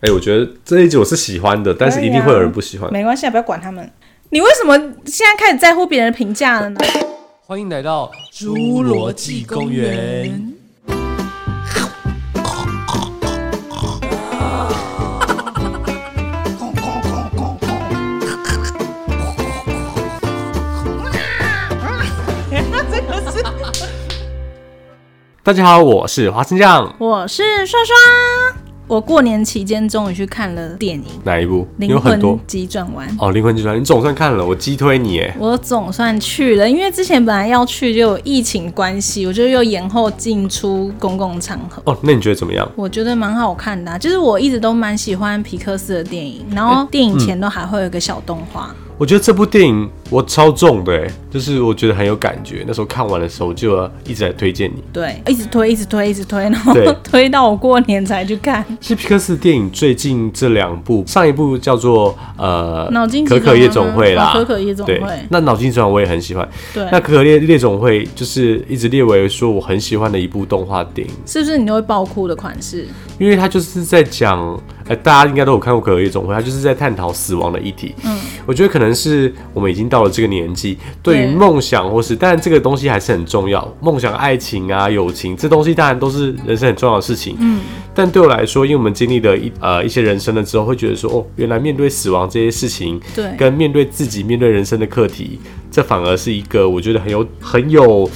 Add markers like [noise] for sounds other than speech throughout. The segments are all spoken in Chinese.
哎、我觉得这一集我是喜欢的，但是啊一定会有人不喜欢。没关系，啊，不要管他们。你为什么现在开始在乎别人的评价了呢？欢迎来到侏罗纪公园。大家好，我是花生酱。我是刷刷，我过年期间终于去看了电影哪一部？ 《有灵很魂多急转弯》。哦，《灵魂集团》，你总算看了，我击推你哎。我总算去了，因为之前本来要去，就有疫情关系，我就又延后进出公共场合。哦，那你觉得怎么样？我觉得蛮好看的、啊，就是我一直都蛮喜欢皮克斯的电影，然嗯后电影前都还会有一个小动画。我觉得这部电影我超中的哎，就是我觉得很有感觉。那时候看完的时候就一直在推荐你。对，一直推，一直推，一直推，然后对 [laughs] 推到我过年才去看。其实皮克斯的电影最近这两部，上一部叫做呃脑筋可急转弯吗可夜总会啦，哦可可夜总会对那脑筋急转弯我也很喜欢。对那可可夜夜总会就是一直列为说我很喜欢的一部动画电影，是不是你都会爆哭的款式？因为它就是在讲，呃，大家应该都有看过可可夜总会，它就是在探讨死亡的议题。嗯，我觉得可能是我们已经到了这个年纪，对于对梦想或是，当然这个东西还是很重要，梦想、爱情啊、友情，这东西当然都是人生很重要的事情。嗯，但对我来说，因为我们经历了一呃一些人生了之后，会觉得说，哦，原来面对死亡这些事情，对跟面对自己、面对人生的课题，这反而是一个我觉得很有很有。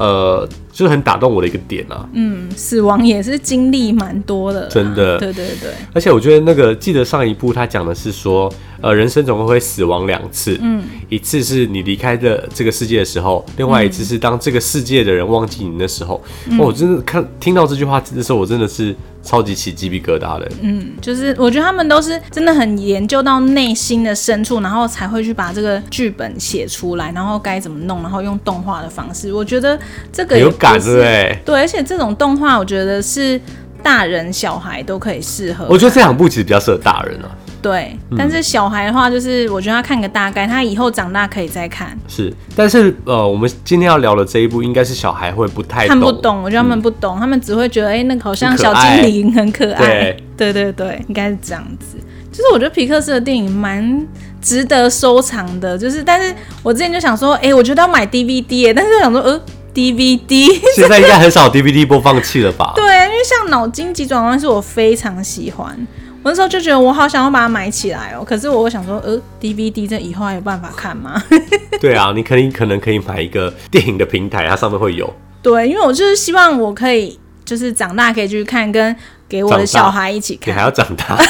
呃，就是很打动我的一个点啊，嗯，死亡也是经历蛮多的啦，真的对对对，而且我觉得那个记得上一部他讲的是说，呃，人生总共会死亡两次，嗯，一次是你离开了这个世界的时候，另外一次是当这个世界的人忘记你的时候。嗯哦，我真的看听到这句话的时候，我真的是超级起鸡皮疙瘩的。嗯，就是我觉得他们都是真的很研究到内心的深处，然后才会去把这个剧本写出来，然后该怎么弄，然后用动画的方式。我觉得这个很也有不感是对不对对，而且这种动画我觉得是大人小孩都可以适合。我觉得这两部其实比较适合大人啊，对，但是小孩的话，就是我觉得他看个大概，他以后长大可以再看。是，但是呃，我们今天要聊的这一部应该是小孩会不太嗯看不懂，我觉得他们不懂，他们只会觉得哎、诶那个好像很可小爱精灵很可爱。对对对对，应该是这样子。就是我觉得皮克斯的电影蛮值得收藏的，就是但是我之前就想说，哎、我觉得要买 DVD，耶但是我想说，呃，DVD，现在应该很少 DVD 播放器了吧？ [laughs] 对，啊因为像脑筋急转弯是我非常喜欢，我那时候就觉得我好想要把它买起来哦，可是我想说，呃，DVD 这以后还有办法看吗？ [laughs] 对啊，你可能可能可以买一个电影的平台，它上面会有。对，因为我就是希望我可以就是长大可以去看，跟给我长大的小孩一起你看还。要长大？ [laughs]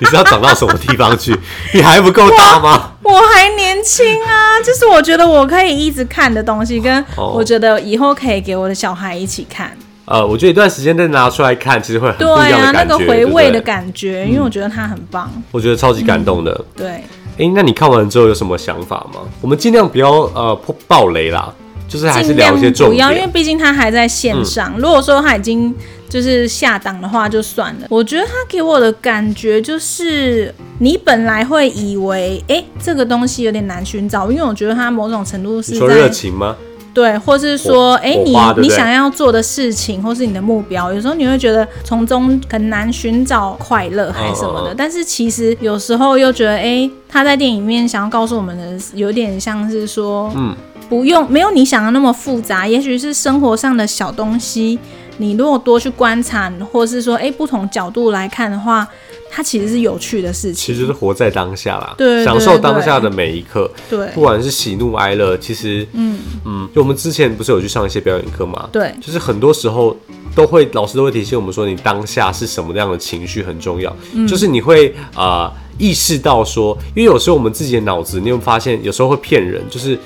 你是要长到什么地方去？你还不够大吗？我还年轻 [laughs] 啊，就是我觉得我可以一直看的东西，跟哦我觉得以后可以给我的小孩一起看。呃，我觉得一段时间再拿出来看，其实会很不对一样的啊，那感觉，个回味的对不对感觉，因为我觉得嗯他很棒。我觉得超级感动的。对，诶，那你看完之后有什么想法吗？我们尽量不要呃破爆雷啦，就是还是尽聊量一些重不要，因为点。嗯毕竟他还在线上。如果说他已经就是下档的话，就算了。我觉得他给我的感觉就是，你本来会以为，哎、这个东西有点难寻找，因为我觉得它某种程度你是说热在情吗？对，或是说，火哎、火你花对不你对想要做的事情，或是你的目标，有时候你会觉得从中很难寻找快乐还是什么嗯的，嗯嗯但是其实有时候又觉得，哎、他在电影里面想要告诉我们的，有点像是说，嗯，不用没有你想的那么复杂，也许是生活上的小东西，你如果多去观察，或是说，哎、不同角度来看的话，它其实是有趣的事其情。实就是活在当下啦，对对享受当下的每一刻。对不管是喜怒哀乐，其实，嗯嗯，就我们之前不是有去上一些表演课嘛？对就是很多时候都会，老师都会提醒我们说，你当下是什么样的情绪很重要，嗯就是你会啊、呃意识到说，因为有时候我们自己的脑子，你有没有发现有时候会骗人，就是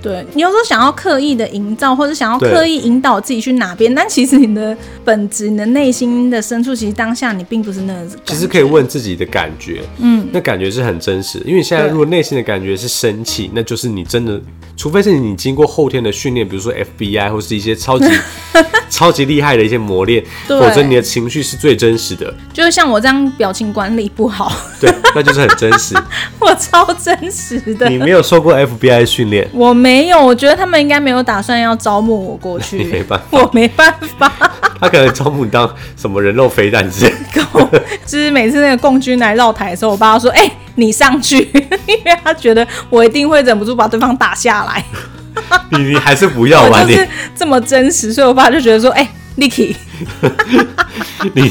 对你有时候想要刻意的营造，或者想要对刻意引导自己去哪边，但其实你的本质、你的内心的深处，其实当下你并不是那个感觉。其实可以问自己的感觉，嗯，那感觉是很真实的。因为你现在对如果内心的感觉是生气，那就是你真的，除非是你经过后天的训练，比如说 FBI 或是一些超 [laughs] 级超级厉害的一些磨练，对否则你的情绪是最真实的。就是像我这样表情管理不好， [laughs] 对，那就是很真实。我超真实的你。没有受过 FBI 训练，我没有，我觉得他们应该没有打算要招募我过 [laughs] 你没去，办法。我没办法。他可能招募你当什么人肉飞弹之类的。就是每次那个共军来绕台的时候，我爸都说：“哎、你上去， [laughs] 因为他觉得我一定会忍不住把对方打 [laughs] 下来。你你还是不要吧，我就你是这么真实，所以我爸就觉得说：“哎、l i k y 你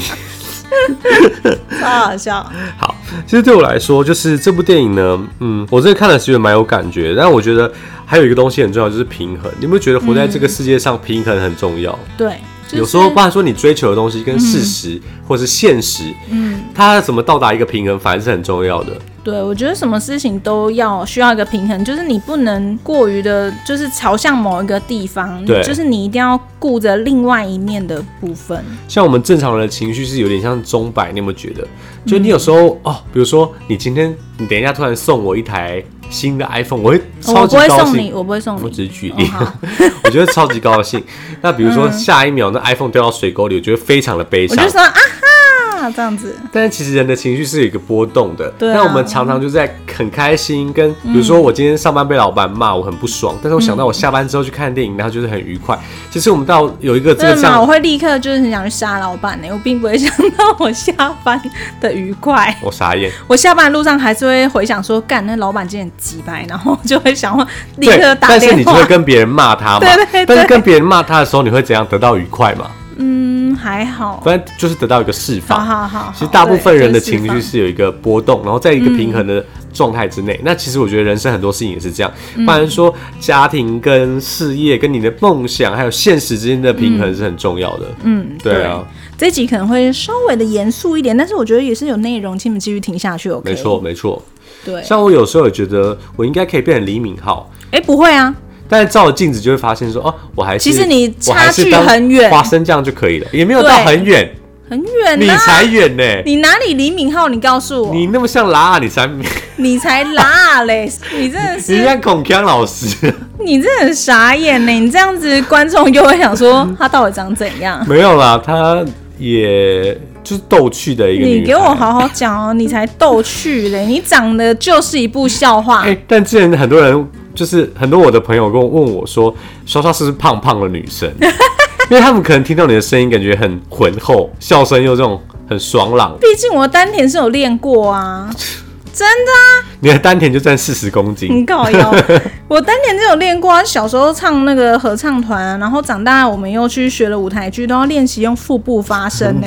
超好笑。好，其实对我来说，就是这部电影呢，嗯，我真的看了是觉得蛮有感觉，但我觉得还有一个东西很重要，就是平衡。你有没有觉得活在这个世界上，平衡很重要？”对，嗯就是、嗯有时候，不然说你追求的东西跟事实或是现实，嗯，它怎么到达一个平衡，反而是很重要的。对，我觉得什么事情都要需要一个平衡，就是你不能过于的，就是朝向某一个地方，对就是你一定要顾着另外一面的部分。像我们正常人的情绪是有点像钟摆，你有没有觉得？就你有时嗯候、哦，比如说你今天你等一下突然送我一台新的 iPhone，我会超我级不会高送你，兴。我不会送你，我只是举例哦好 [laughs] 嗯我觉得超级高兴。那比如说下一秒那 iPhone 掉到水沟里，我觉得非常的悲我伤就。说啊哈这样子，但其实人的情绪是有一个波动的。对啊嗯那我们常常就在很开心，跟比如说我今天上班被老板骂，我很不爽，但是我想到我下班之后去看电影，然后就是很愉快。其实我们到有一个这真个这的吗？我样，会立刻就是很想去杀老板呢、我并不会想到我下班的愉快。 [laughs] 我傻眼。我下班的路上还是会回想说，干那老板今天很鸡掰，然后就会想要立对刻，打但是电你就会话。跟别人骂他嘛。 [laughs] 对对对但是跟别人骂他的时候，你会怎样得到愉快嘛？嗯，还好，反正就是得到一个释好放。好好。其实大部分人的情绪啊对就是嗯有一个波动，然后在一个平衡的状态之内。那其实我觉得人生很多事情也是这样，不然说家庭跟事业跟你的梦想还有现实之间的平衡是很重要的。嗯，对啊，这集可能会稍微的严肃一点，但是我觉得也是有内容，请你们继续听下去，OK？没错，没错。对。像我有时候也觉得我应该可以变成李敏镐，哎，不会啊，但是照了镜子就会发现说，哦，我还是其实你我还是差距当很远花生酱就可以了，也没有到对很远，很远你呐、才远呢、你哪里李敏镐？你告诉我，你你那么像拉拉，啊你才，才啦 [laughs] 嘞！你真的你是，像孔锵老师。你真的很傻眼呢！你这样子，观众就会 [laughs] 想说他到底长怎样？没有啦，她也就是逗趣的一个女你给我孩好好讲哦，你才逗趣嘞！你长得就是一部笑话。哎、但之前很多人就是很多我的朋友跟我问我说，刷刷是不是胖胖的女 [laughs] 生？因为他们可能听到你的声音，感觉很浑厚，笑声又这种很爽朗。毕竟我丹田是有练 [laughs] 过啊，真的啊，你的丹田就占四十公斤，你搞腰。 [laughs] 我丹田是有练过啊，小时候唱那个合唱团啊、然后长大我们又去学了舞台剧，都要练习用腹部发声呢、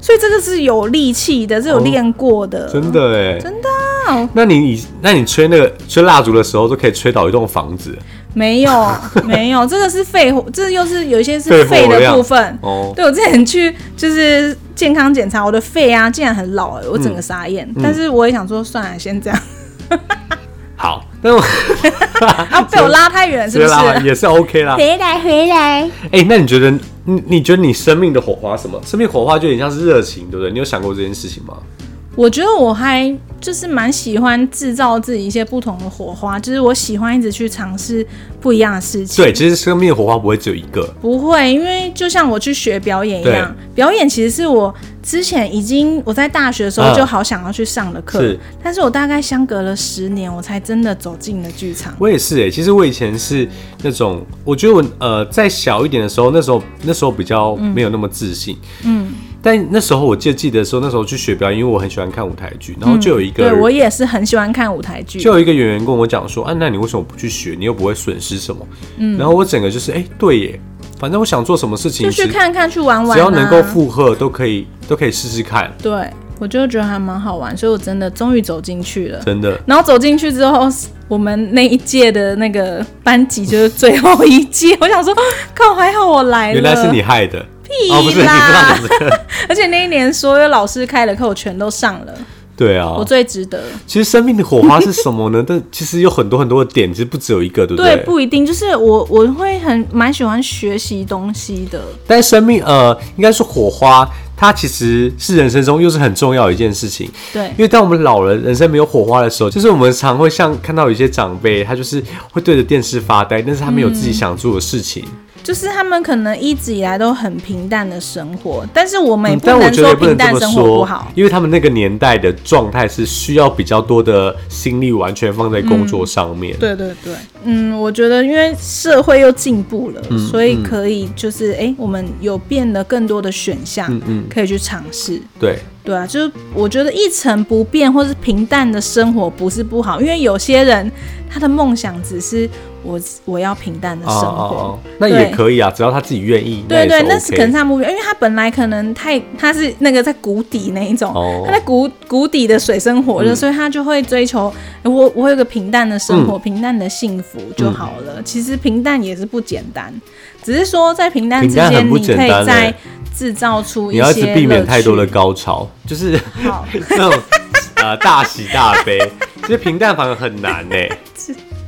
所以这个是有力气的，是有练过的。真的哎、真的啊那你你那你吹那个吹蜡烛的时候，都可以吹倒一栋房子没有 [laughs] 没有，这个是肺活，这又是有一些是肺肺活量的部分。哦。对我之前去就是健康检查，我的肺啊竟然很老哎、我整个傻眼。但是我也想说，算了， [laughs] 先这样好，那我啊，被我拉太远是不吹是？蜡也是 OK 啦。回来回来，哎、那你觉得你你觉得你生命的火花是什么？生命火花就有点像是热情，对不对？你有想过这件事情吗？我觉得我还就是蛮喜欢制造自己一些不同的火花，就是我喜欢一直去尝试不一样的事情。对，，其实生命的火花不会只有一个，不会，因为就像我去学表演一样，表演其实是我之前已经我在大学的时候嗯就好想要去上的课，是但是我大概相隔了十年，我才真的走进了剧场。我也是哎、其实我以前是那种，我觉得我呃在小一点的时候，那时候那时候比较没有那么自信，嗯。但那时候我记得记得说，那时候去学表演，因为我很喜欢看舞台剧，然后就有一个、嗯对我也是很喜欢看舞台剧，就有一个演员跟我讲说，啊，那你为什么不去学？你又不会损失什么。嗯。然后我整个就是，哎、对耶，反正我想做什么事情，就只去看看去玩玩、啊，只要能够负荷，都可以都可以试试看，对我就觉得还蛮好玩，所以我真的终于走进去了。真的。然后走进去之后，我们那一届的那个班级就是最后一届。 [laughs] 我想说，靠，还好我来了。原来是你害的。屁哦，不是，你不啦！让我。而且那一年所有老师开的课我全都上了， [laughs] 对啊，我最值得。其实生命的火花是什么呢？但其实有很多很多的点，其实不只有一个，对不对？对，不一定，就是我我会很蛮喜欢学习东西的。但生命呃，应该是火花，它其实是人生中又是很重要的一件事情。对因，为当我们老了，人生没有火花的时候，就是我们常会像看到有一些长辈，他就是会对着电视发呆，但是他没有自己想做的事情。就是他们可能一直以来都很平淡的生活，但是我们嗯也哎不但我能觉得也说不平能这淡么生活不说好，，因为他们那个年代的状态是需要比较多的心力完全放在工作上面。对对对，嗯，我觉得因为社会又进步了，嗯所以可以就是哎、诶我们有变得更多的选项，嗯嗯可以去尝试。对对啊，就是我觉得一成不变或是平淡的生活不是不好，因为有些人他的梦想只是我我要平淡的啊生啊活。啊，那也可以啊，只要他自己愿意。对对，那那也是是可 OK 能是他目标，因为他本来可能太他是那个在谷底那一种，哦他在谷谷底的水深火热，嗯所以他就会追求呃我我有个平淡的生活，平淡的幸福就嗯好了。其实平淡也是不简单，只是说在平淡平之淡很间，不你简可以单再欸制造出一你些要一直避免乐太多的趣 [laughs] 高潮，就是好 [laughs] 那种呃大喜大悲，其实平淡反而很难呢、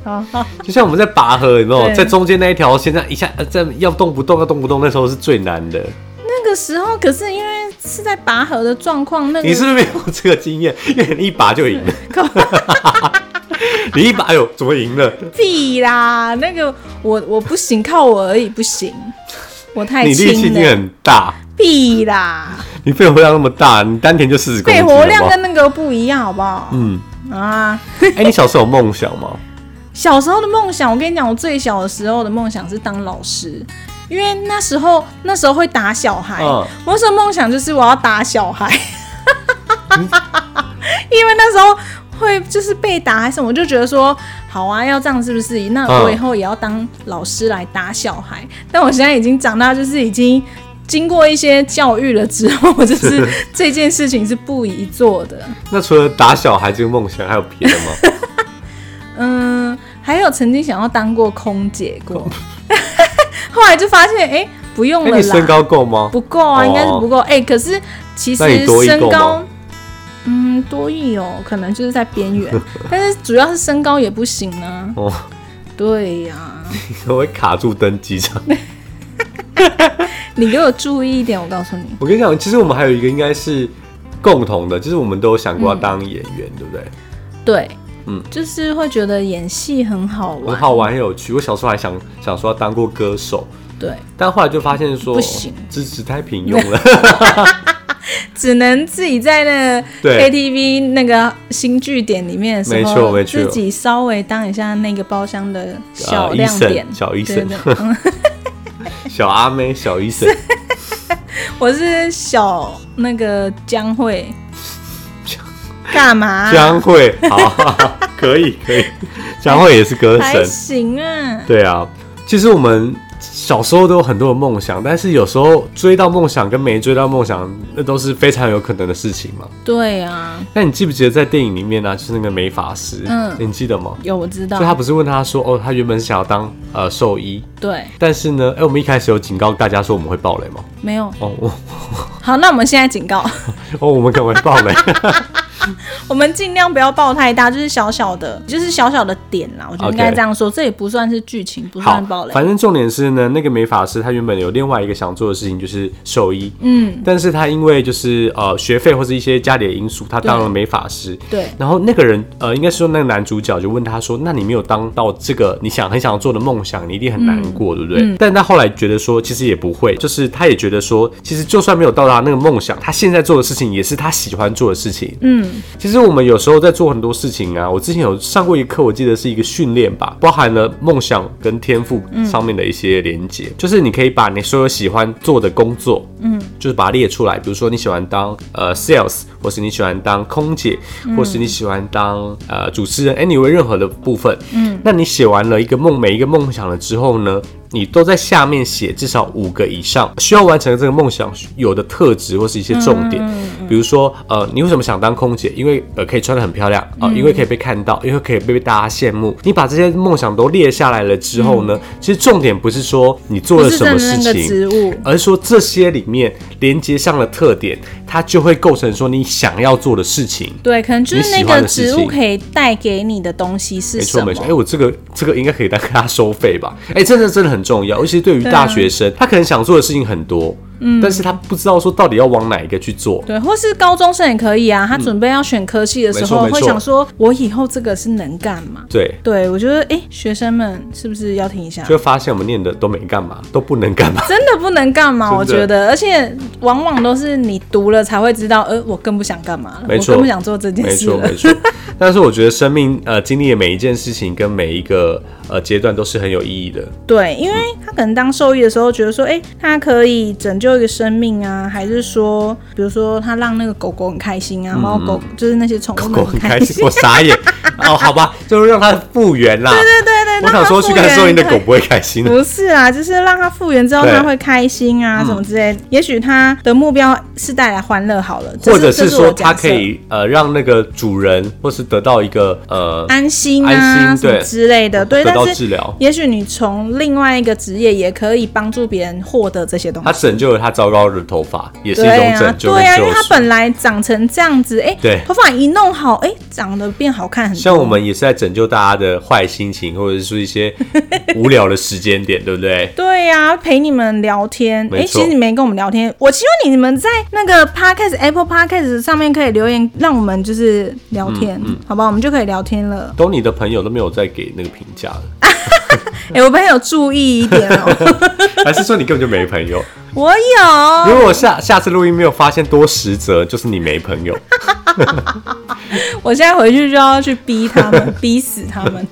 好好就像我们在拔河，有没有对在中间那一条线上一下呃，这样要动不动要动不动，那时候是最难的。那个时候可是因为是在拔河的状况，那个你是不是没有这个经验？因为你一拔 [laughs] 就赢了，你一拔，哎呦，怎么赢了？屁啦，那个我我不行，靠我而已不行，我太你力气已轻经了，很大，屁啦，你肺活量那么大，你丹田就四十公斤肺了，活好量不好跟那个不一样，好不好？嗯，啊，哎、你小时候有梦想吗？小时候的梦想，我跟你讲，我最小的时候的梦想是当老师。因为那时候那时候会打小孩，嗯我那时候梦想就是我要打小孩，嗯 [laughs] 因为那时候会就是被打还是什么，我就觉得说好啊，要这样是不是？那嗯我以后也要当老师来打小孩。但我现在已经长大，就是已经经过一些教育了之后，就是这件事情是不宜做的。那除了打小孩这个梦想，还有别 [laughs] 的吗？嗯，还有曾经想要当过空姐过， [laughs] 后来就发现哎、诶不用哎、了啦，你身高够吗？不够啊，哦应该是不够。哎、可是其那实你多艺身够高吗，嗯，多艺哦，可能就是在 [laughs] 边缘，但是主要是身高也不行啊。哦， [laughs] 对呀、我会卡住登机场。你给我注意一点，我告诉你，我跟你讲，其实我们还有一个应该是共同的，就是我们都有想过要当演员，对不对？对，嗯就是会觉得演戏很好很玩，好玩，很有趣。我小时候还想想说要当过歌手，对，但后来就发现说不行资质太平庸了。 [laughs] 只能自己在那个对 KTV 那个新据点里面的时候，没错没错自己稍微当一下那个包厢的小呃亮点，医生小医对生对对嗯小阿妹、小医生，我是小那个江蕙，干嘛啊、 [laughs] 江蕙，好，可以可以，江蕙也是歌还神。行啊，对啊，其实我们小时候都有很多的梦想，但是有时候追到梦想跟没追到梦想，那都是非常有可能的事情嘛。对啊，那你记不记得在电影里面呢、就是那个美法师，嗯你记得吗？有我知道就，他不是问他说，哦，他原本想要当呃兽医，对，但是呢，哎、我们一开始有警告大家说我们会爆雷吗？没有。哦，我 [laughs] 好，那我们现在警告， [laughs] 哦，我们可能会爆雷。我们尽量不要爆太大，就是小小的，就是小小的点啦。我觉得应该 OK 这样说这也不算是剧情，不好算爆，雷。反正重点是呢，那个美法师他原本有另外一个想做的事情，就是兽医。嗯，但是他因为就是呃学费或是一些家里的因素，他当了美法师。对然后那个人呃，应该是说那个男主角就问他说：“那你没有当到这个你想很想做的梦想，你一定很难过，对不对？”嗯但他后来觉得说，其实也不会，就是他也觉得说，其实就算没有到达那个梦想，他现在做的事情也是他喜欢做的事情。嗯，其实我们有时候在做很多事情啊，我之前有上过一课，我记得是一个训练吧，包含了梦想跟天赋上面的一些连接，就是你可以把你所有喜欢做的工作，嗯，就是把它列出来，比如说你喜欢当呃 sales，或是你喜欢当空姐，或是你喜欢当呃主持人，anyway 任何的部分，嗯，那你写完了一个梦，每一个梦想了之后呢？你都在下面写至少五个以上需要完成的这个梦想有的特质或是一些重嗯点，比如说呃，你为什么想当空姐？因为呃可以穿得很漂亮啊、嗯因为可以被看到，因为可以被大家羡慕。你把这些梦想都列下来了之后呢，其实重点不是说你做嗯不了是什么真的事那个情，植物，而是说这些里面连接上的特点，它就会构成说你想要做的事情。对，可能就是那你喜欢个的事植情物可以带给你的东西是没什错么没？错，哎、我这个这个应该可以跟大家收费吧？哎、真的真的很重要，尤其是对于对啊大学生，他可能想做的事情很多，嗯，但是他不知道说到底要往哪一个去做，对，或是高中生也可以啊。他准备要选科系的时候，嗯没错没错会想说，我以后这个是能干嘛？对，对，我觉得，哎、学生们是不是要听一下就？会发现我们念的都没干嘛，都不能 [laughs] 干嘛。真的不能干嘛？我真的觉得，而且往往都是你读了才会知道，呃，我更不想干嘛了，没我错，更不想做这件事了没错，。没错。但是我觉得生命呃经历的每一件事情跟每一个呃阶段都是很有意义 [laughs] 的。对，因为他可能当兽医的时候，觉得说，哎、他可以拯救一个生命啊，还是说，比如说他让那个狗狗很开心啊，猫、狗就是那些宠物嗯狗们狗很开开心，我傻眼。哦，好吧，就是让它复原啦。 [laughs] 对对对，我想 [laughs] 说去看兽兽医医的狗不会开心的。不是啊，就是让他复原之后，对他会开心啊，什么之类的。也许他的目标是带来欢乐好了，这或者是这是我说，假它设可以呃让那个主人，或是得到一个呃安心啊安心什么对之类的，对。得到但治是疗，也许你从另外一个职业也可以帮助别人获得这些东它西。拯救了它糟糕的头发，也是一对种啊，拯救跟对啊，因救为他赎。本来长成这样子，哎、对头发一弄好，哎、长得变好看很多。像我们也是在拯救大家的坏心情，或者是说一些无聊的时间点， [laughs] 对不对？对呀、陪你们聊天。没诶，错其实你没跟我们聊天，我希望你们在那个 podcast Apple podcast 上面可以留言，让我们就是聊天，嗯好吧？我们就可以聊天了。都你的朋友都没有在给那个评 [laughs] 价了，诶，我朋友注意一 [laughs] 点哦，还是说你根本就没朋友？我如有，果我下下次录音没有发现多实则，就是你没朋 [laughs] 友。我现在回去就要去逼他们， [laughs] 逼死他们。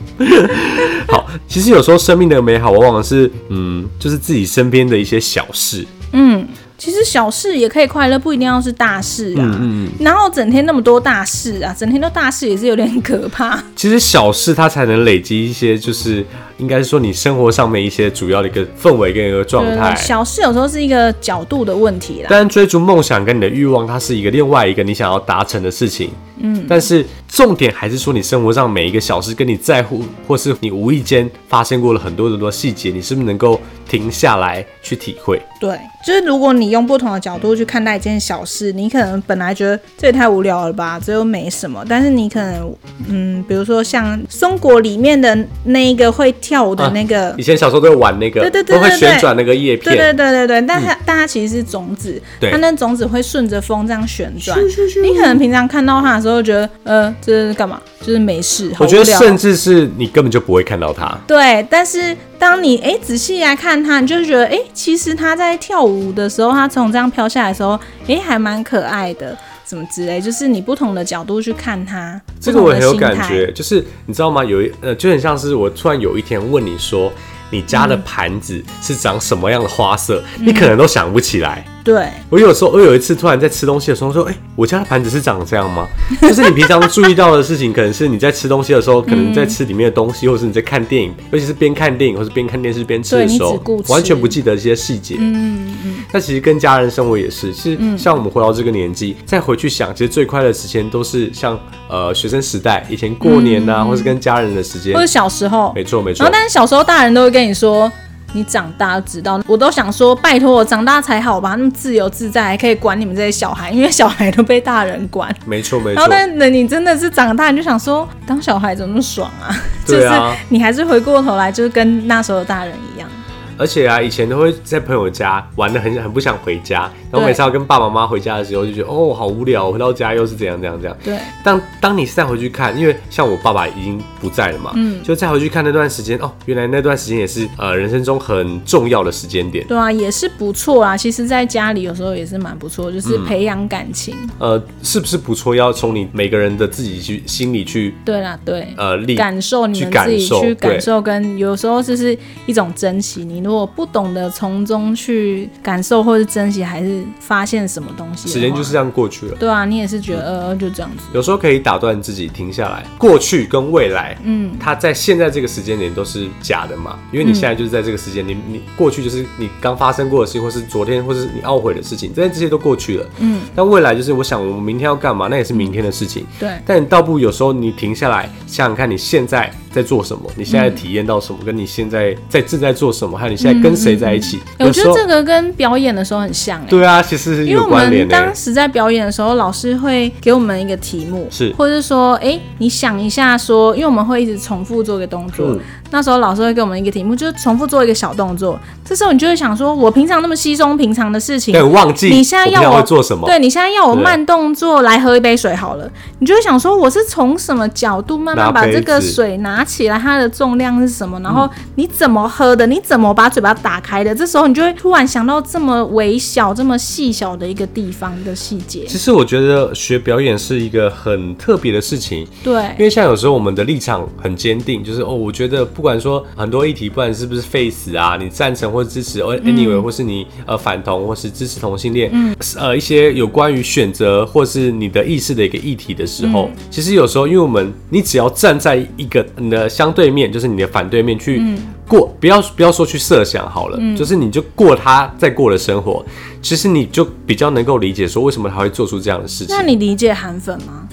好，其实有时候生命的美好，往往是嗯，就是自己身边的一些小事。嗯。其实小事也可以快乐，不一定要是大事啊。嗯然后整天那么多大事啊，整天都大事也是有点可怕。其实小事它才能累积一些，就是应该是说你生活上面一些主要的一个氛围跟一个状态嗯。小事有时候是一个角度的问题啦。当然，追逐梦想跟你的欲望，它是一个另外一个你想要达成的事情。嗯，但是重点还是说，你生活上每一个小事，跟你在乎，或是你无意间发生过了很多很多细节，你是不是能够停下来去体会？对，就是如果你用不同的角度去看待一件小事，你可能本来觉得这也太无聊了吧，这又没什么，但是你可能，嗯，比如说像松果里面的那一个会跳舞的那个，以前小时候都会玩那个，对对对都会对对旋转那个叶片，对对对对对，但它、但它其实是种子，嗯对它那种子会顺着风这样旋转。你可能平常看到它的时候觉得，呃，这是干嘛？就是没事，好我无觉得聊甚至是你根本就不会看到它。对，但是当你哎仔细来看它，你就会觉得哎，诶其实它在跳舞的时候，它从这样飘下来的时候，哎，还蛮可爱的，什么之类，就是你不同的角度去看它，这个我很有不同的感心态觉，就是你知道吗？有一呃，就很像是我突然有一天问你说，你家嗯的盘子是长什么样的花色，你可能都想不起来。对，我有时候，我有一次突然在吃东西的时候说，哎、我家的盘子是长这样吗？ [laughs] 就是你平常注意到的事情，可能是你在吃东西的时候，可能在吃里面的东西，或是你在看电影，尤其是边看电影或是边看电视边吃嗯对的你时候只顾，吃完全不记得一些细节。嗯嗯，那其实跟家人生活也是，其实像我们活到这个年纪，再回去想，其实最快乐的时间都是像呃学生时代，以前过年呐、或是跟家人的时间嗯或。者小时候，没错没然错后，但是小时候大人都会跟你说。你长大知道，我都想说，拜托我长大才好吧，那么自由自在，还可以管你们这些小孩，因为小孩都被大人管。没错没然错，后但等你真的是长大，你就想说，当小孩怎么那么爽啊？对啊就是你还是回过头来，就是跟那时候的大人一样。而且啊，以前都会在朋友家玩的很很不想回家，然后对每次要跟爸爸妈妈回家的时候，就觉得哦好无聊，回到家又是怎样怎样怎样。对，当当你再回去看，因为像我爸爸已经不在了嘛，嗯，就再回去看那段时间，哦，原来那段时间也是呃人生中很重要的时间点。对啊，也是不错啊。其实，在家里有时候也是蛮不错，就是嗯培养感情。呃，是不是不错？要从你每个人的自己去心里去对啦，对。呃力感受你去们自己去对感受，跟有时候就是一种珍惜。你如果不懂得从中去感受或是珍惜，还是发现什么东西，时间就是这样。样过去了。对啊，你也是觉得呃就这样子。有时候可以打断自己，停下来。过去跟未来，嗯，它在现在这个时间点都是假的嗯嘛，因为你现在就是在这个时间，你你过去就是你刚发生过的事情，或是昨天，或是你懊悔的事情，这些这些都过去了。嗯，但未来就是我想我们明天要干嘛，那也是明天的事情。对但你倒不如有时候你停下来想想看，你现在在做什么，嗯你现在体验到什么，跟你现在在正在做什么，还有你现在跟谁在一起，嗯我有觉时得候这个跟表演的时候很像哎、对啊，其实是因为有我关联们的、当时在表演的时候，老师会给我们一个题目，是或者是说，哎、你想一下说，因为我们会一直重复做一个动作，嗯那时候老师会给我们一个题目，就是重复做一个小动作。这时候你就会想说，我平常那么稀松平常的事情，但忘记你现在我平要常我会做什么，对你现在要我对慢动作来喝一杯水好了，你就会想说我是从什么角度慢慢拿把杯这个子嗯水拿起来，它的重量是什么，然后你怎么喝的，你怎么把嘴巴打开的，这时候你就会突然想到这么微小、这么细小的一个地方的细节。其实我觉得学表演是一个很特别的事情，因对，为像有时候我们的立场很坚定，就是哦，我觉得不管说很多议题，不管是不是 face 啊，你赞成或支持，呃，anyway，、或是你呃反同，或是支持同性恋，呃，一些有关于选择或是你的意识的一个议题的时候，其实有时候因为我们你只要站在一个你的相对面，就是你的反对面去。过不要不要说去设想好了，就是你就过他在过的生活，其实你就比较能够理解说为什么他会做出这样的事情那。你理解韩粉吗？嗯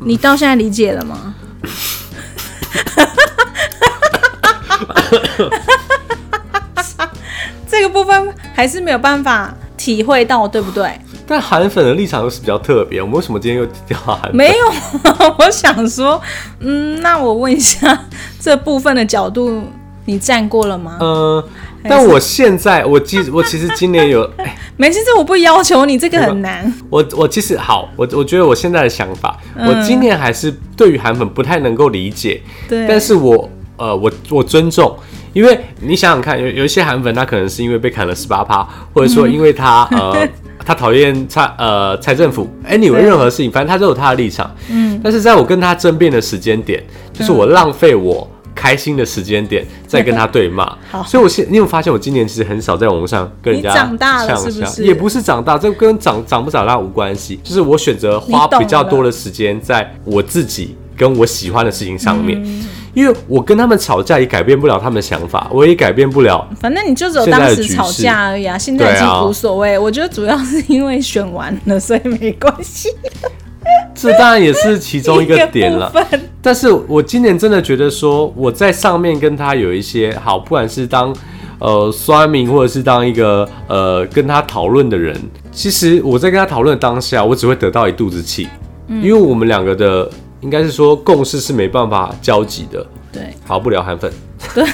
你到现在理解 [laughs] 了吗？ [laughs] 这个部分还是没有办法体会到，对不对？但韩粉的立场又是比较特别，我们为什么今天又掉到韩粉？没有， [laughs] 我想说，嗯，那我问一下，这部分的角度你站过了吗？呃，但我现在我记 [laughs] 我其实今年有，哎没事，这我不要求你，这个很难。我我其实好，我我觉得我现在的想法，我今年还是对于韩粉不太能够理解，对啊但是我呃我我尊重。因为你想想看，有有一些韩粉，他可能是因为被砍了十八趴，或者说嗯因为他、呃他讨厌蔡呃蔡政府，anyway 对任何事情，反正他都有他的立场。嗯，但是在我跟他争辩的时间点，就是嗯我浪费我开心的时间点在跟他对骂 [laughs] 好。所以我现你有没有发现我今年其实很少在网络上跟人家你长大了呛是不下是也不不是长大，这跟长长不长大无关系，就是我选择花你懂比较了多的时间在我自己跟我喜欢的事情上面，因为我跟他们吵架也改变不了他们的想法，我也改变不了。反正你就只有当时吵架而已啊，现在已经无所谓。我觉得主要是因为选完了，所以没关系。这当然也是其中一个点了部。分但是我今年真的觉得说，我在上面跟他有一些好，不管是当呃酸民，或者是当一个呃跟他讨论的人，其实我在跟他讨论的当下，我只会得到一肚子气，因为我们两个的应该是说共识是没办法交集的。对好，不聊韩粉。对，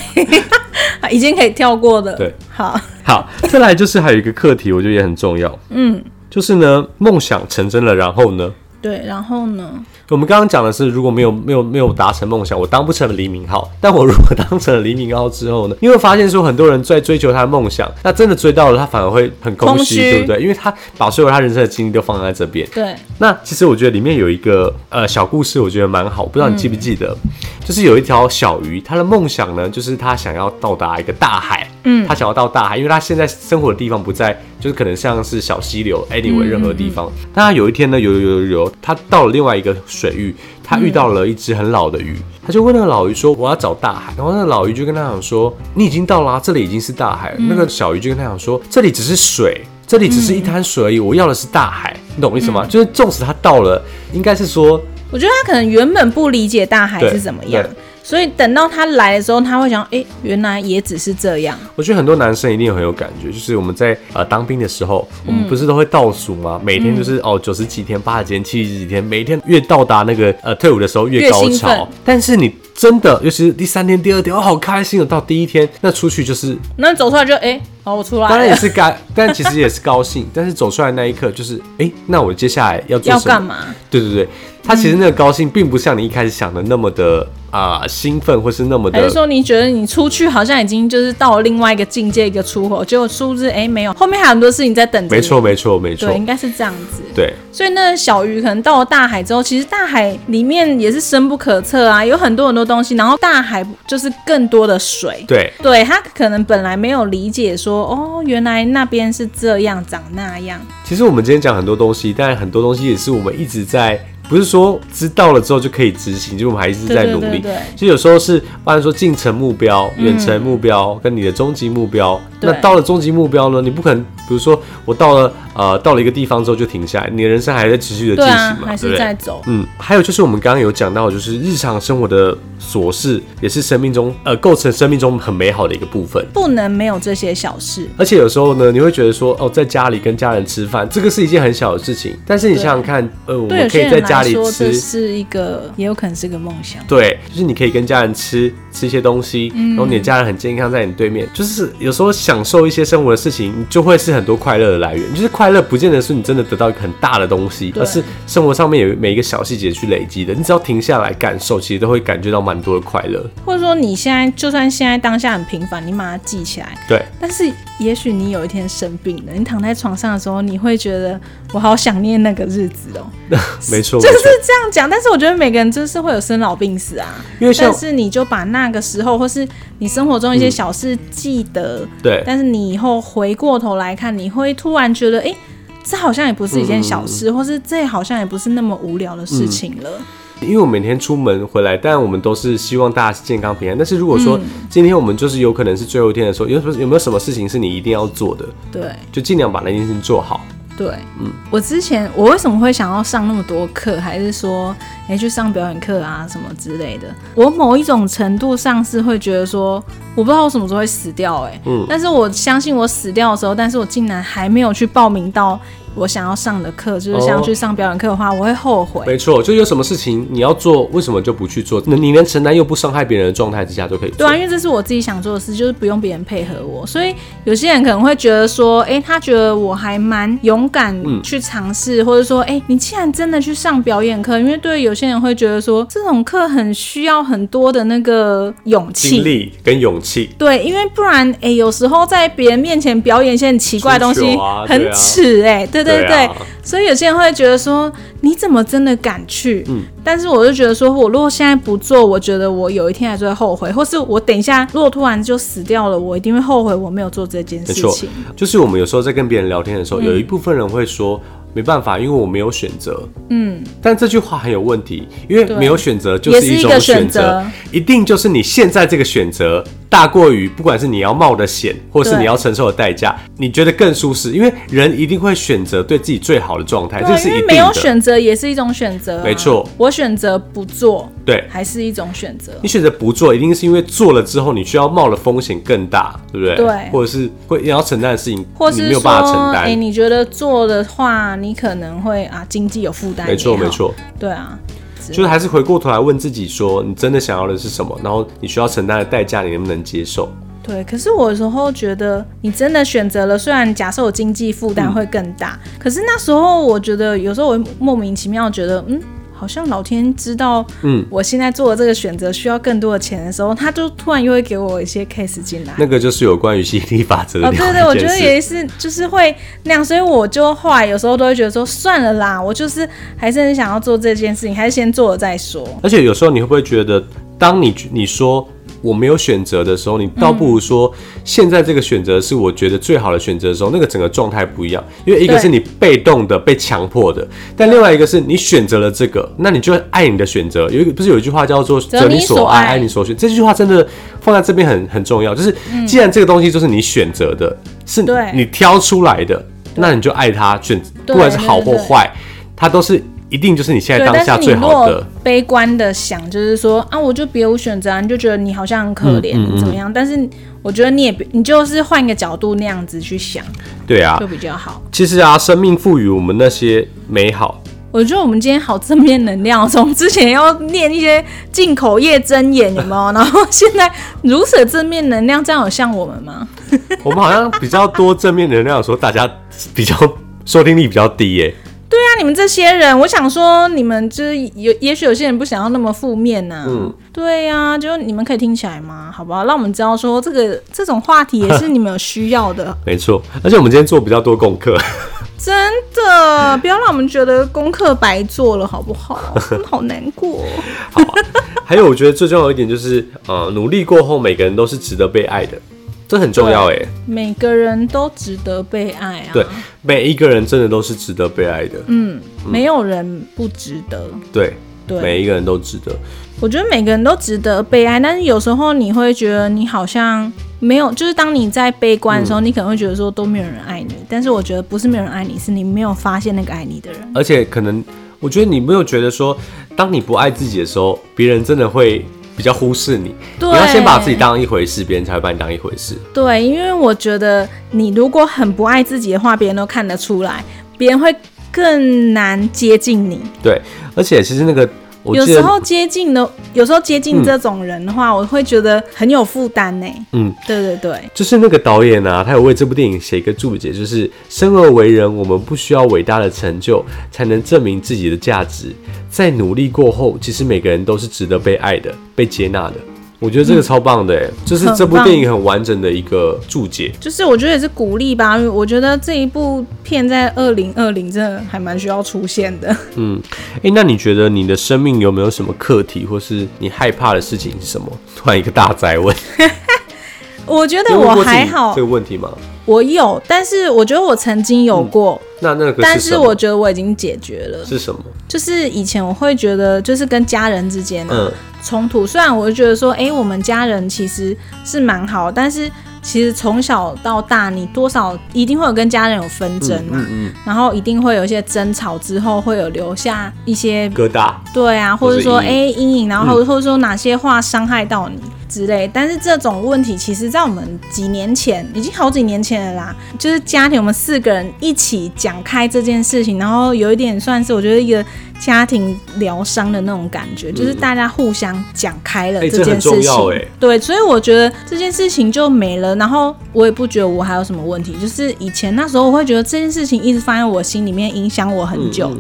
[laughs] 已经可以跳过的。对，好，好，再来就是还有一个课题，我觉得也很重要，嗯，就是呢，梦想成真了，然后呢？对，然后呢？我们刚刚讲的是，如果没有没有没有达成梦想，我当不成黎明浩。但我如果当成了黎明浩之后呢，你会发现说，很多人在追求他的梦想，那真的追到了，他反而会很空空虚，虚对不对？因为他把所有他人生的精力都放在这边。对，那其实我觉得里面有一个呃小故事，我觉得蛮好，不知道你记不记得，就是有一条小鱼，它的梦想呢，就是它想要到达一个大海，嗯，它想要到大海，因为它现在生活的地方不在，就是可能像是小溪流，anyway 任何地方。那它有一天呢，游游游游游，它到了另外一个水域，它遇到了一只很老的鱼，它就问那个老鱼说：“我要找大海。”然后那个老鱼就跟他讲说：“你已经到啊啦，这里已经是大海。了。那个小鱼就跟他讲说：“这里只是水。”这里只是一滩嗯水而已，我要的是大海，你懂我意思吗？就是纵使他到了，应该是说我觉得他可能原本不理解大海对是怎么样对，所以等到他来的时候，他会想，哎、原来也只是这样。我觉得很多男生一定很有感觉，就是我们在呃当兵的时候，我们不是都会倒数吗？每天嗯就是、哦九十几天、八十几天、七十几天，每天越到达那个呃退伍的时候越越高兴奋潮。但是你真的，尤其是第三天、第二天，哦好开心哦，到第一天那出去就是那走出来就，哎、好，我出来当然也了，是该，但其实也是高兴。但是走出来那一刻，就是哎、诶那我接下来要做 [laughs] 要什么干？嘛？对对对，他其实那个高兴，并不像你一开始想的那么的啊、兴奋，或是那么还是的。说你觉得你出去好像已经就是到了另外一个境界，一个出口，结果殊不知，哎、没有，后面还有很多事情在等着。没错，，没错，没错对，。应该是这样子。对，所以那小鱼可能到了大海之后，其实大海里面也是深不可测啊，有很多很多东西，然后大海就是更多的水。对，对他可能本来没有理解说，哦，原来那边是这样长那样。其实我们今天讲很多东西，但很多东西也是我们一直在不是说知道了之后就可以执行，就我们还一直在努力。对对对对嗯其实有时候是，按说近程目标、远程目标跟你的终极目标。对那到了终极目标呢，你不可能，比如说我到了呃到了一个地方之后就停下来，你的人生还在持续的进对行啊，嘛，还对是不对在？走。嗯，还有就是我们刚刚有讲到，就是日常生活的琐事，也是生命中呃构成生命中很美好的一个部分。不能没有这些小事，而且有时候呢，你会觉得说，哦，在家里跟家人吃饭，这个是一件很小的事情，但是你想想看，呃，我对们有可以些在人家来里说，这吃，是一个，也有可能是个梦想。对，就是你可以跟家人吃吃一些东西，嗯然后你的家人很健康在你对面，就是有时候享受一些生活的事情，你就会是很多快乐的来源。就是快乐不见得是你真的得到一个很大的东西，对而是生活上面有每一个小细节去累积的。你只要停下来感受，其实都会感觉到蛮多的快乐。或者说你现在就算现在当下很平凡，你把它记起来， [laughs] 对，但是也许你有一天生病了，你躺在床上的时候，你会觉得我好想念那个日子哦，没错，就没是错。这样讲。但是我觉得每个人就是会有生老病死啊，因为像嗯但是你就把那个时候或是你生活中一些小事记得，对但是你以后回过头来看，你会突然觉得，哎、这好像也不是一件嗯小事，或是这好像也不是那么无聊的事情了。因为我每天出门回来，但我们都是希望大家是健康平安。但是如果嗯说今天我们就是有可能是最后一天的时候，有什么有没有什么事情是你一定要做的，对就尽量把那件事情做好。对，我之前我为什么会想要上那么多课，还是说，哎、去上表演课啊什么之类的？我某一种程度上是会觉得说，我不知道我什么时候会死掉、哎，嗯但是我相信我死掉的时候，但是我竟然还没有去报名到我想要上的课，就是想要去上表演课的话，我会后悔。没错，就有什么事情你要做，为什么就不去做？那你能承担又不伤害别人的状态之下就可以对做啊，。因为这是我自己想做的事，就是不用别人配合我。所以有些人可能会觉得说，诶，他觉得我还蛮勇敢去尝试，或者说，诶，你既然真的去上表演课，因为对有些人会觉得说，这种课很需要很多的那个勇精气。力跟勇气，对，因为不然，诶，有时候在别人面前表演一些很奇怪的东出西，糗啊对很啊耻诶，对对对，对啊所以有些人会觉得说，你怎么真的敢去？嗯但是我就觉得说，我如果现在不做，我觉得我有一天还是会后悔，或是我等一下如果突然就死掉了，我一定会后悔我没有做这件事没错情。，就是我们有时候在跟别人聊天的时候，有一部分人会说。没办法，因为我没有选择。嗯，但这句话很有问题，因为对没有选择就也是是一种个选选择择，一定就是你现在这个选择大过于不管是你要冒的险，或是对你要承受的代价，你觉得更舒适，因为人一定会选择对自己最好的状态，这对，啊是因一定为没有的。选择也是一种选择、啊，没错。我选择不做，对还是一种选择。你选择不做，一定是因为做了之后你需要冒的风险更大，对不对？对或者是会你要承担的事情，或你是没有说办法承，诶担。你觉得做的话，你可能会啊经济有负担，没错，没，错。哎对啊，就是还是回过头来问自己说，你真的想要的是什么？然后你需要承担的代价，你能不能接受？对，可是我有时候觉得，你真的选择了，虽然假设我经济负担嗯会更大，可是那时候我觉得，有时候我会莫名其妙觉得，嗯，好像老天知道，嗯，我现在做的这个选择需要更多的钱的时候，他就突然又会给我一些 case 进来。那个就是有关于吸引力法则的哦，另对外对，一我觉件得事也是，就是会那样，所以我就后来有时候都会觉得说，算了啦，我就是还是很想要做这件事情，还是先做了再说。而且有时候你会不会觉得，当你你说我没有选择的时候，你倒不如说、现在这个选择是我觉得最好的选择的时候，那个整个状态不一样。因为一个对是你被动的、被强迫的，但另外一个是你选择了这个，那你就爱你的选择。有一个不是有一句话叫做“择你所爱，爱爱你所选”，这句话真的放在这边很很重要。就是既然这个东西就是你选择的，是对你挑出来的，那你就爱它，选不对管是好对或对坏，它都是。一定就是你现在对，当但下是你最好若的。悲观的想，就是说啊，我就别无选择、啊，你就觉得你好像很可怜、嗯怎么样？但是我觉得你也别，你就是换一个角度那样子去想，对啊，就比较好。其实啊，生命赋予我们那些美 [laughs] 好，我觉得我们今天好正面能量，从之前要念一些进口业真言有没有？然后现在如此正面能量，这样有像我们吗？我们好像比较多正面能量的时候，大家比较收听力比较低耶、对啊，你们这些人，我想说，你们就是有，也许有些人不想要那么负面呐、嗯对啊，就你们可以听起来吗？好不好？让我们知道说，这个这种话题也是你们有需要的， [laughs] 没错，而且我们今天做比较多功课， [laughs] 真的，不要让我们觉得功课白做了，好不 [laughs] 好？真的好难过。还有我觉得最重要一点就是，呃，努力过后每个人都是值得被爱的。这很重要哎、每个人都值得被爱啊。对，嗯每一个人真的都是值得被爱的，嗯，没有人不值得。对，对，每一个人都值得。我觉得每个人都值得被爱，但是有时候你会觉得你好像没有，就是当你在悲观的时候，嗯你可能会觉得说都没有人爱你。但是我觉得不是没有人爱你，是你没有发现那个爱你的人。而且可能，我觉得你没有觉得说，当你不爱自己的时候，别人真的会比较忽视你。对你要先把自己当一回事，别人才会把你当一回事。对，因为我觉得你如果很不爱自己的话，别人都看得出来，别人会更难接近你。对，而且其实那个，我有记时得，候接近的，有时候接近这种人的话，我会觉得很有负担呢。嗯，对对对，就是那个导演啊，他有为这部电影写一个注解，就是生而为人，我们不需要伟大的成就才能证明自己的价值，在努力过后，其实每个人都是值得被爱的、被接纳的。我觉得嗯这个超棒的、欸，就是这部很棒电影很完整的一个注 [laughs] 解。就是我觉得也是鼓励吧。因为我觉得这一部片在二零二零真的还蛮需要出现的。 [laughs] 诶，那你觉得你的生命有没有什么课题，或是你害怕的事情是什么？突然一个大灾 [laughs] 问，我觉得有问我过自己还好这，个问题吗？我有，但是我觉得我曾经有过，那那个嗯但是是什么我觉得我已经解决了。是什么？就是以前我会觉得，就是跟家人之间的嗯冲突，虽然我就觉得说，诶，我们家人其实是蛮好，但是其实从小到大，你多少一定会有跟家人有纷争嘛，嗯然后一定会有一些争吵，之后会有留下一些疙瘩，对啊，或或者者说阴嗯哎阴影，然后或者说哪些话伤害到你之类。但是这种问题，其实在我们几年前，已经好几年前了啦，就是家庭我们四个人一起讲开这件事情，然后有一点算是我觉得一个家庭疗伤的那种感觉，就是大家互相讲开了嗯哎这件很事重情。要哎对，所以我觉得这件事情就没了，然后我也不觉得我还有什么问题。就是以前那时候，我会觉得这件事情一直放在我心里面，影响我很嗯久。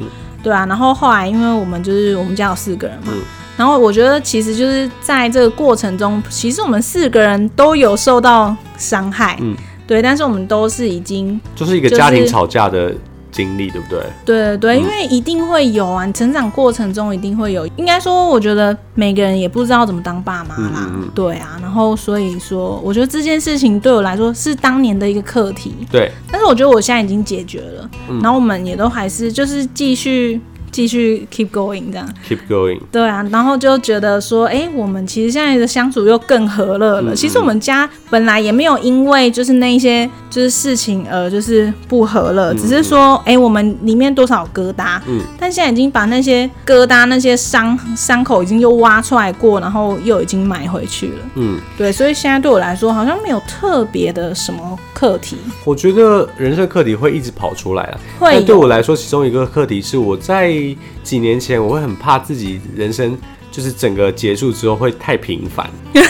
对啊，然后后来因为我们就是我们家有四个人嗯嘛，然后我觉得其实就是在这个过程中，其实我们四个人都有受到伤害，嗯对，但是我们都是已经就是一个就是家庭吵架的经历，对不对？对对嗯对，因为一定会有啊，你成长过程中一定会有。应该说，我觉得每个人也不知道怎么当爸妈啦，嗯嗯嗯对啊。然后所以说，我觉得这件事情对我来说是当年的一个课题，对，但是我觉得我现在已经解决了，嗯然后我们也都还是就是继续继续 keep going 这样。 keep going，对啊，然后就觉得说，哎、我们其实现在的相处又更和乐嗯了。其实我们家本来也没有因为就是那一些就是事情而就是不和乐，只是说，哎、我们里面多少有疙瘩，嗯但现在已经把那些疙瘩、那些伤伤口已经又挖出来过，然后又已经埋回去了。嗯，对，所以现在对我来说好像没有特别的什么课题。我觉得人生课题会一直跑出来啊。会但对有我来说，其中一个课题是我在几年前，我会很怕自己人生就是整个结束之后会太平凡。 [laughs]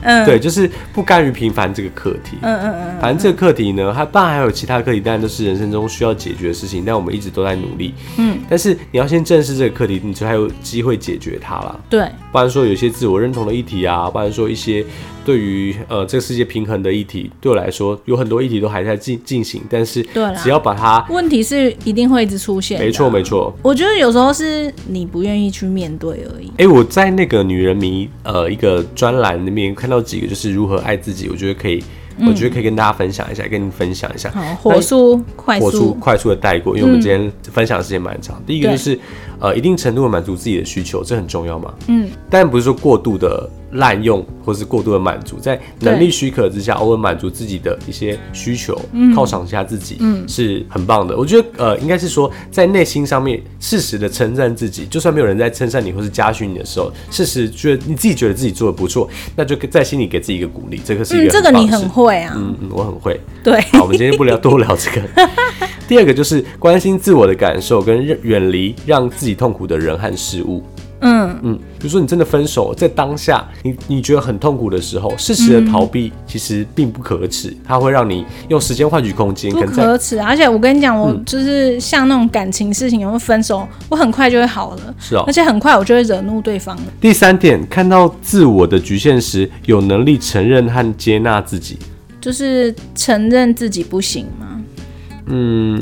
嗯对，就是不甘于平凡这个课题。嗯嗯嗯，反正这个课题呢，它当然还有其他课题，当然都是人生中需要解决的事情，但我们一直都在努力。嗯，但是你要先正视这个课题，你才有机会解决它啦。对，不然说有些自我认同的议题啊，不然说一些对于呃这个世界平衡的议题，对我来说有很多议题都还在进进行，但是对啦只要把它，问题是一定会一直出现的啊。没错没错。我觉得有时候是你不愿意去面对而已。诶，我在那个女人迷呃一个专栏里面看到几个就是如何爱自己，我觉得可以，我觉得可以跟大家分享一下，跟你分享一下。好，火速、嗯快哎火速速，快速的带过，因为我们今天分享的时间蛮长。第一个就是，呃，一定程度的满足自己的需求，这很重要嘛。嗯，但不是说过度的滥用或是过度的满足，在能力许可之下，偶尔满足自己的一些需求，嗯犒赏一下自己，是很棒的。我觉得，呃，应该是说在内心上面适时的称赞自己，就算没有人在称赞你或是嘉许你的时候，适时觉得你自己觉得自己做的不错，那就在心里给自己一个鼓励，这个是一嗯，个这很个棒的事、你很会啊，嗯嗯，我很会。对，好，我们今天不聊多聊这个。 [laughs] 第二个就是关心自我的感受，跟认远离让自己痛苦的人和事物。嗯，嗯，比如说你真的分手，在当下你你觉得很痛苦的时候，适时的逃避嗯其实并不可耻，它会让你用时间换取空间，不可能在可耻啊。而且我跟你讲，嗯我就是像那种感情事情，有没有分手，我很快就会好了，是哦而且很快我就会惹怒对方了。第三点看到自我的局限时，有能力承认和接纳自己。就是承认自己不行嘛，嗯，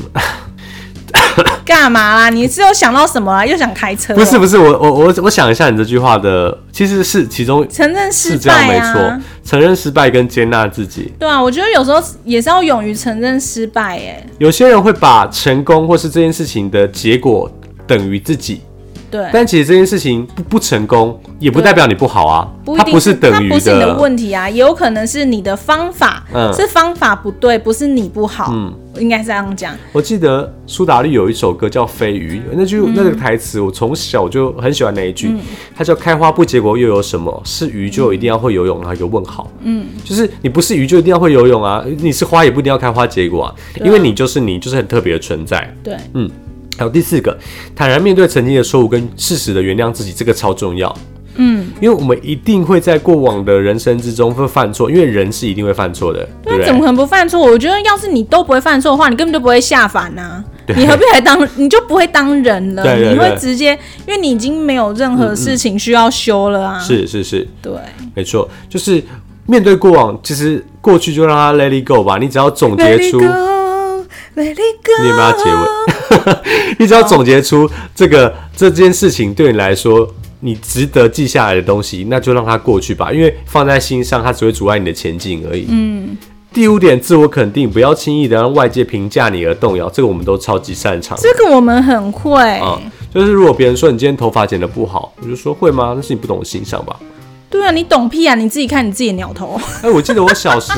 干嘛啦？你是又想到什么啦？又想开车哦、不是不是，我我我我想一下你这句话的，其实是其中承认失是这样败没啊？错，承认失败跟接纳自己。对啊，我觉得有时候也是要勇于承认失败、欸，有些人会把成功或是这件事情的结果等于自己，哎，对，但其实这件事情不不成功，也不对代表你不好啊，不一它定不是等于它不是你的问题啊，也有可能是你的方法，嗯是方法不对，不是你不好，嗯应该是这样讲。我记得苏打绿有一首歌叫《飞鱼》，那句、嗯那个台词我从小就很喜欢那一句，它叫“开花不结果又有什么？是鱼就一定要会游泳？”然后一个问号，嗯，就是你不是鱼就一定要会游泳啊，你是花也不一定要开花结果啊，因为你就是你，就是很特别的存在。对，嗯，还有第四个，坦然面对曾经的错误跟事实的原谅自己，这个超重要。嗯，因为我们一定会在过往的人生之中会犯错，因为人是一定会犯错的，对不那对？怎么可能不犯错？我觉得要是你都不会犯错的话，你根本就不会下凡呐、你何必还当？ [laughs] 你就不会当人了，对对你会对直接，因为你已经没有任何事情需要修了啊。，是是是，对，没错，就是面对过往，其实过去就让它 let it go 吧。你只要总 Let 结 it 出， go，Let it go。你有没有要结尾？ [laughs] 你只要总结出这个这件事情对你来说，你值得记下来的东西，那就让它过去吧。因为放在心上，它只会阻碍你的前进而已。嗯。第五点，自我肯定，不要轻易的让外界评价你而动摇，这个我们都超级擅长的。这个我们很会， [laughs] 啊、就是如果别人说你今天头发剪得不好，我就说会吗？那是你不懂欣赏吧。对啊，你懂屁啊！你自己看你自己的鸟头，哎、我记得我小时，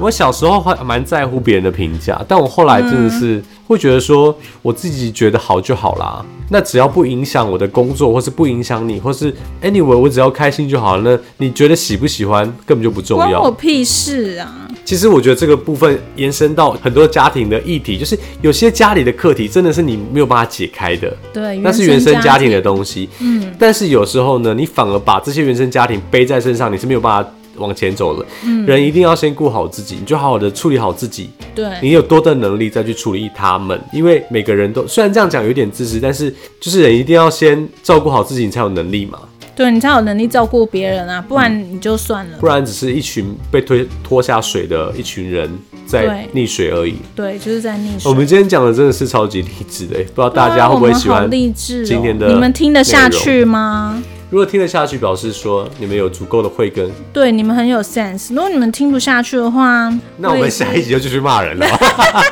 我小时候还蛮在乎别人的评价，但我后来真的是会觉得说，我自己觉得好就好啦。那只要不影响我的工作，或是不影响你，或是 anyway，我只要开心就好了。那你觉得喜不喜欢根本就不重关我要。屁事啊！其实我觉得这个部分延伸到很多家庭的议题，就是有些家里的课题真的是你没有办法解开的。对，那是原原生家庭庭的东西，嗯，但是有时候呢，你反而把这些原生家庭背在身上，你是没有办法往前走的。嗯，人一定要先顾好自己，你就好好的处理好自己，对，你有多的能力再去处理他们。因为每个人都虽然这样讲有点自私，但是就是人一定要先照顾好自己，你才有能力嘛，对你才有能力照顾别人啊，不然你就算了。不然只是一群被推拖下水的一群人在对溺水而已。对，就是在溺水。我们今天讲的真的是超级励志的、不知道对啊大家会不会喜我们好欢？励志哦今天的你们听得内下容去吗？如果听得下去，表示说你们有足够的慧根。对，你们很有 sense。如果你们听不下去的话，那我也们是下一集就继续骂人了。 [laughs]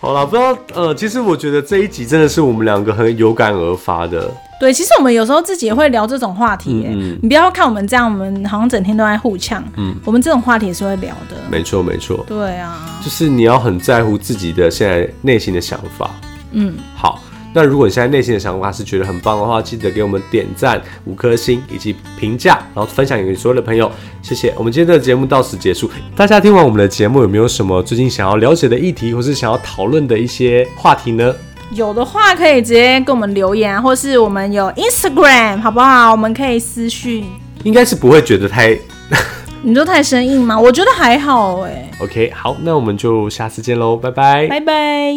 好了，不知道呃，其实我觉得这一集真的是我们两个很有感而发的，对，其实我们有时候自己也会聊这种话题、耶嗯嗯你不要看我们这样，我们好像整天都在互呛。嗯，我们这种话题也是会聊的。没错没错，对啊，就是你要很在乎自己的现在内心的想法。嗯，好，那如果你现在内心的想法是觉得很棒的话，记得给我们点赞五颗星以及评价，然后分享给所有的朋友，谢谢。我们今天的节目到此结束，大家听完我们的节目有没有什么最近想要了解的议题，或是想要讨论的一些话题呢？有的话可以直接跟我们留言啊，或是我们有 Instagram 好不好？我们可以私讯。应该是不会觉得太你说太生硬吗？我觉得还好哎、 OK，好，那我们就下次见喽，拜拜。拜拜。